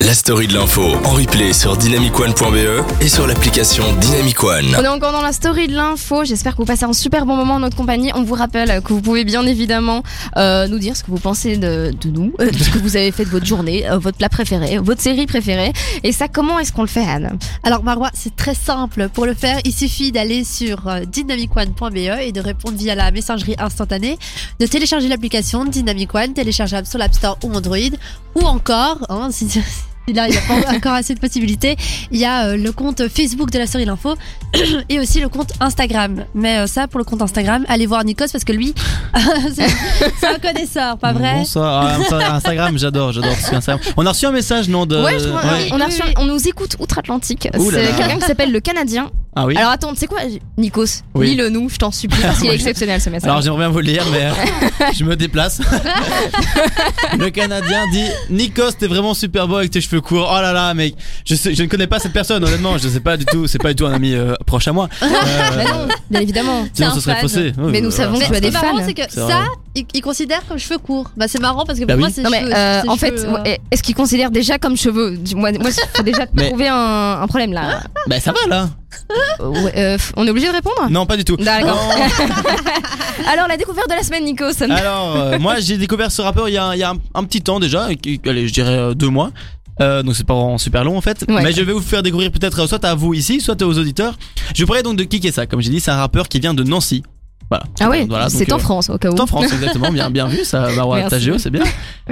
la story de l'info en replay sur dynamicone.be E et sur l'application Dynamicone. On est encore dans la story de l'info. J'espère que vous passez un super bon moment en notre compagnie. On vous rappelle que vous pouvez bien évidemment euh, nous dire ce que vous pensez de, de nous, euh, de ce que vous avez fait de votre journée, euh, votre plat préféré, votre série préférée. Et ça, comment est-ce qu'on le fait, Anne Alors Marois, c'est très simple. Pour le faire, il suffit d'aller sur euh, dynamicone.be E et de répondre via la messagerie instantanée, de télécharger l'application Dynamic One, téléchargeable sur l'App Store ou Android, ou encore, hein, si, si là il n'y a pas encore assez de possibilités, il y a euh, le compte Facebook de la série L'Info et aussi le compte Instagram. Mais euh, ça, pour le compte Instagram, allez voir Nikos parce que lui, c'est c'est un connaisseur, pas vrai Bonsoir. Ah, Instagram, j'adore, j'adore. ce qu'Instagram- On a reçu un message, non de... Ouais, je crois- Euh, Ouais. on, a Oui, reçu- oui, oui. on nous écoute outre-Atlantique. Ouh là C'est là. quelqu'un qui s'appelle le Canadien. Ah oui. Alors attends, tu sais quoi, Nikos Oui. Lis-le nous, je t'en supplie, parce qu'il est exceptionnel ce message. Alors j'aimerais bien vous le lire, mais euh, je me déplace. le Canadien dit Nikos, t'es vraiment super beau avec tes cheveux courts. Oh là là, mec, je, sais- je ne connais pas cette personne, honnêtement. Je sais pas du tout, c'est pas du tout un ami euh, proche à moi. Euh, Mais non, bien évidemment. sinon, c'est ce un serait fan. faussé. Oui, Mais nous voilà. savons que Mais tu as ce qui des est marrant, fans. c'est que C'est ça, vrai. il, il considère comme cheveux courts. Bah, c'est marrant parce que pour Bah moi, oui. c'est Non mais cheveux- euh, c'est en fait, cheveux, euh, ouais, est-ce qu'il considère déjà comme cheveux Moi, moi faut déjà Mais- trouver un, un problème là. Bah ça va là Euh, ouais, euh, on est obligé de répondre Non, pas du tout. D'accord. Alors la découverte de la semaine, Nico, ça me- Alors, euh, moi, j'ai découvert ce rappeur il y a, il y a un, un petit temps déjà, et qui- allez, je dirais euh, deux mois. Euh, donc c'est pas vraiment super long en fait, Ouais. mais je vais vous faire découvrir peut-être euh, soit à vous ici, soit aux auditeurs. Je vous parlais donc de Kikessa, comme j'ai dit, c'est un rappeur qui vient de Nancy. Voilà. Ah ouais, Voilà, donc, c'est en euh, France au cas où. C'est en France, exactement, bien, bien vu, ça, bah, ouais, Merci. ta géo, c'est bien.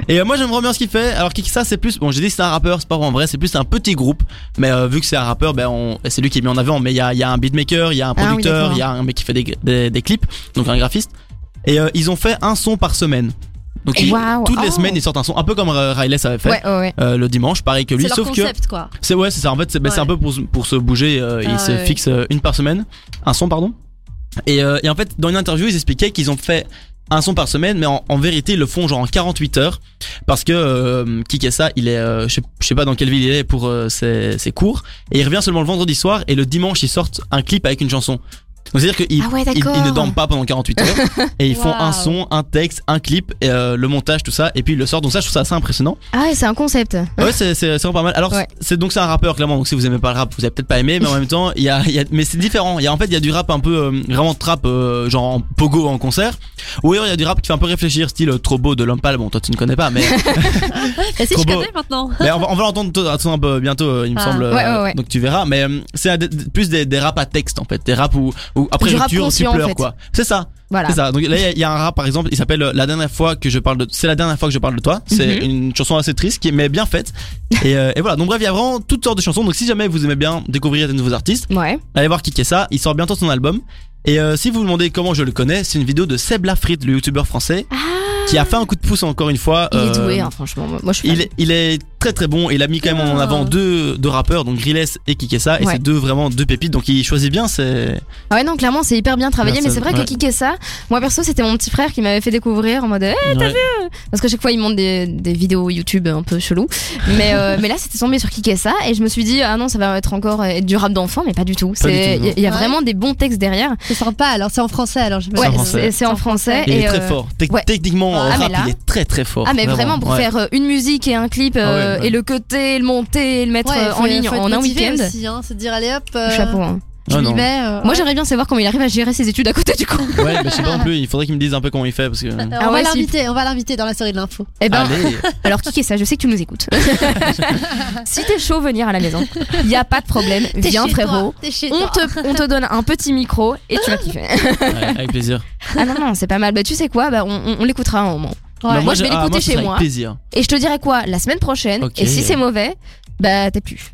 Et euh, moi, j'aime vraiment bien ce qu'il fait. Alors, Kikissa, c'est plus, bon, j'ai dit que c'est un rappeur, c'est pas vraiment vrai, c'est plus un petit groupe. Mais euh, vu que c'est un rappeur, ben, on- c'est lui qui est mis en avant. Mais il y a, il y a un beatmaker, il y a un Ah oui, producteur, d'accord. il y a un mec qui fait des, des, des clips, donc un graphiste. Et euh, ils ont fait un son par semaine. Donc, ils- Waouh, toutes les oh. semaines, ils sortent un son, un peu comme euh, Riley ça avait fait. Ouais, ouais, ouais. euh, le dimanche, pareil que lui, C'est leur sauf que concept, quoi. c'est ouais, c'est ça. En fait, c'est bah, c'est un Ouais. peu pour, se- pour se bouger. euh, Ah ils se ouais. fixent euh, une par semaine, un son pardon. Et, euh, et en fait, dans une interview, ils expliquaient qu'ils ont fait un son par semaine, mais en, en vérité, ils le font genre en 48 heures parce que euh, Kikessa, il est, euh, je, sais, je sais pas dans quelle ville il est pour euh, ses, ses cours, et il revient seulement le vendredi soir et le dimanche, ils sortent un clip avec une chanson. Donc c'est à dire qu'ils Ah ouais, ils, d'accord. ils ne dorment pas pendant 48 heures et ils font un Waouh. son, un texte, un clip, et, euh, le montage, tout ça, et puis ils le sortent. Donc ça, je trouve ça assez impressionnant. Ah ouais, c'est un concept. Ouais, c'est c'est- c'est vraiment pas mal. Alors, Ouais. c'est donc c'est un rappeur clairement. Donc si vous aimez pas le rap, vous avez peut-être pas aimé, mais en même temps, il y a, il y a- mais c'est différent. Il y a en fait, il y a du rap un peu euh, vraiment trap, euh, genre en pogo en concert. Ou alors il y a du rap qui fait un peu réfléchir, style euh, trop beau de Lompal. Bon, toi tu ne connais pas, mais, Et si Trop je beau. connais maintenant mais on va, on va l'entendre tout- tout un peu bientôt, euh, il me Ah. semble. Ouais, ouais, ouais. Donc tu verras. Mais euh, c'est un des- plus des, des raps à texte en fait, des raps où, où après Du je rap tue, tu conscient, en pleures fait. quoi. C'est ça. Voilà. C'est ça. Donc là, il y a- il y, a un rap par exemple, il s'appelle euh, La dernière fois que je parle de. C'est la dernière fois que je parle de toi. C'est Mhm. une chanson assez triste, qui est- mais bien faite. Et, euh, et voilà. Donc bref, il y a vraiment toutes sortes de chansons. Donc si jamais vous aimez bien découvrir des nouveaux artistes, Ouais. allez voir Kikessa. Il sort bientôt son album. Et euh, si vous vous demandez comment je le connais, c'est une vidéo de Seb Lafrit, le youtubeur français, qui a fait un coup de pouce encore une fois. Ah. Il est euh, doué, hein, franchement. Moi, je suis. il fan. est, il est très très bon. Il a mis quand même en Ah. avant deux, deux rappeurs, donc Grilles et Kikessa. Et Ouais. c'est deux vraiment deux pépites. Donc il choisit bien. C'est Ah ouais, non, clairement, c'est hyper bien travaillé, Merci, mais c'est vrai ouais. que Kikessa, moi perso, c'était mon petit frère qui m'avait fait découvrir en mode. eh, Ouais. Parce que chaque fois, il monte des, des vidéos YouTube un peu chelou. Mais, euh, mais là, c'était tombé sur Kikessa et je me suis dit, ah non, ça va être encore euh, être du rap d'enfant, mais pas du tout. Pas du C'est- tout, Il y a- non. il y a Ouais. vraiment des bons textes derrière. C'est sympa, alors c'est en français, alors je me Ouais, en français. c'est c'est en français. Il est et, très euh, fort. Tec- ouais. Techniquement, en Ah, mais rap, là- il est très très fort. Ah mais vraiment, pour Ouais. faire euh, une musique et un clip euh, Ah ouais, ouais. et le cutter, le monter, le mettre euh, en ligne en un week-end. aussi, hein, se dire allez hop, euh, Chapeau. hein. je Ah, m'y non. mets. euh, Moi ouais. j'aimerais bien savoir comment il arrive à gérer ses études à côté du coup. Ouais, mais je sais pas non plus, il faudrait qu'il me dise un peu comment il fait parce que. Euh, Ah on va ouais, si. l'inviter, on va l'inviter dans la série de l'info. Eh ben, Allez, alors qui est ça Je sais que tu nous écoutes. si t'es chaud, venir à la maison. Il y a pas de problème. T'es Viens chez frérot. toi, T'es chez On toi. te, on te donne un petit micro et tu vas kiffer. Ouais, avec plaisir. Ah non, non, c'est pas mal. Bah, tu sais quoi bah, On, on- on l'écoutera un moment. Ouais. Non, moi, je vais ah, l'écouter ce chez sera moi. Avec plaisir. Et je te dirai quoi La semaine prochaine. Ok. Et si c'est mauvais, bah t'es plus.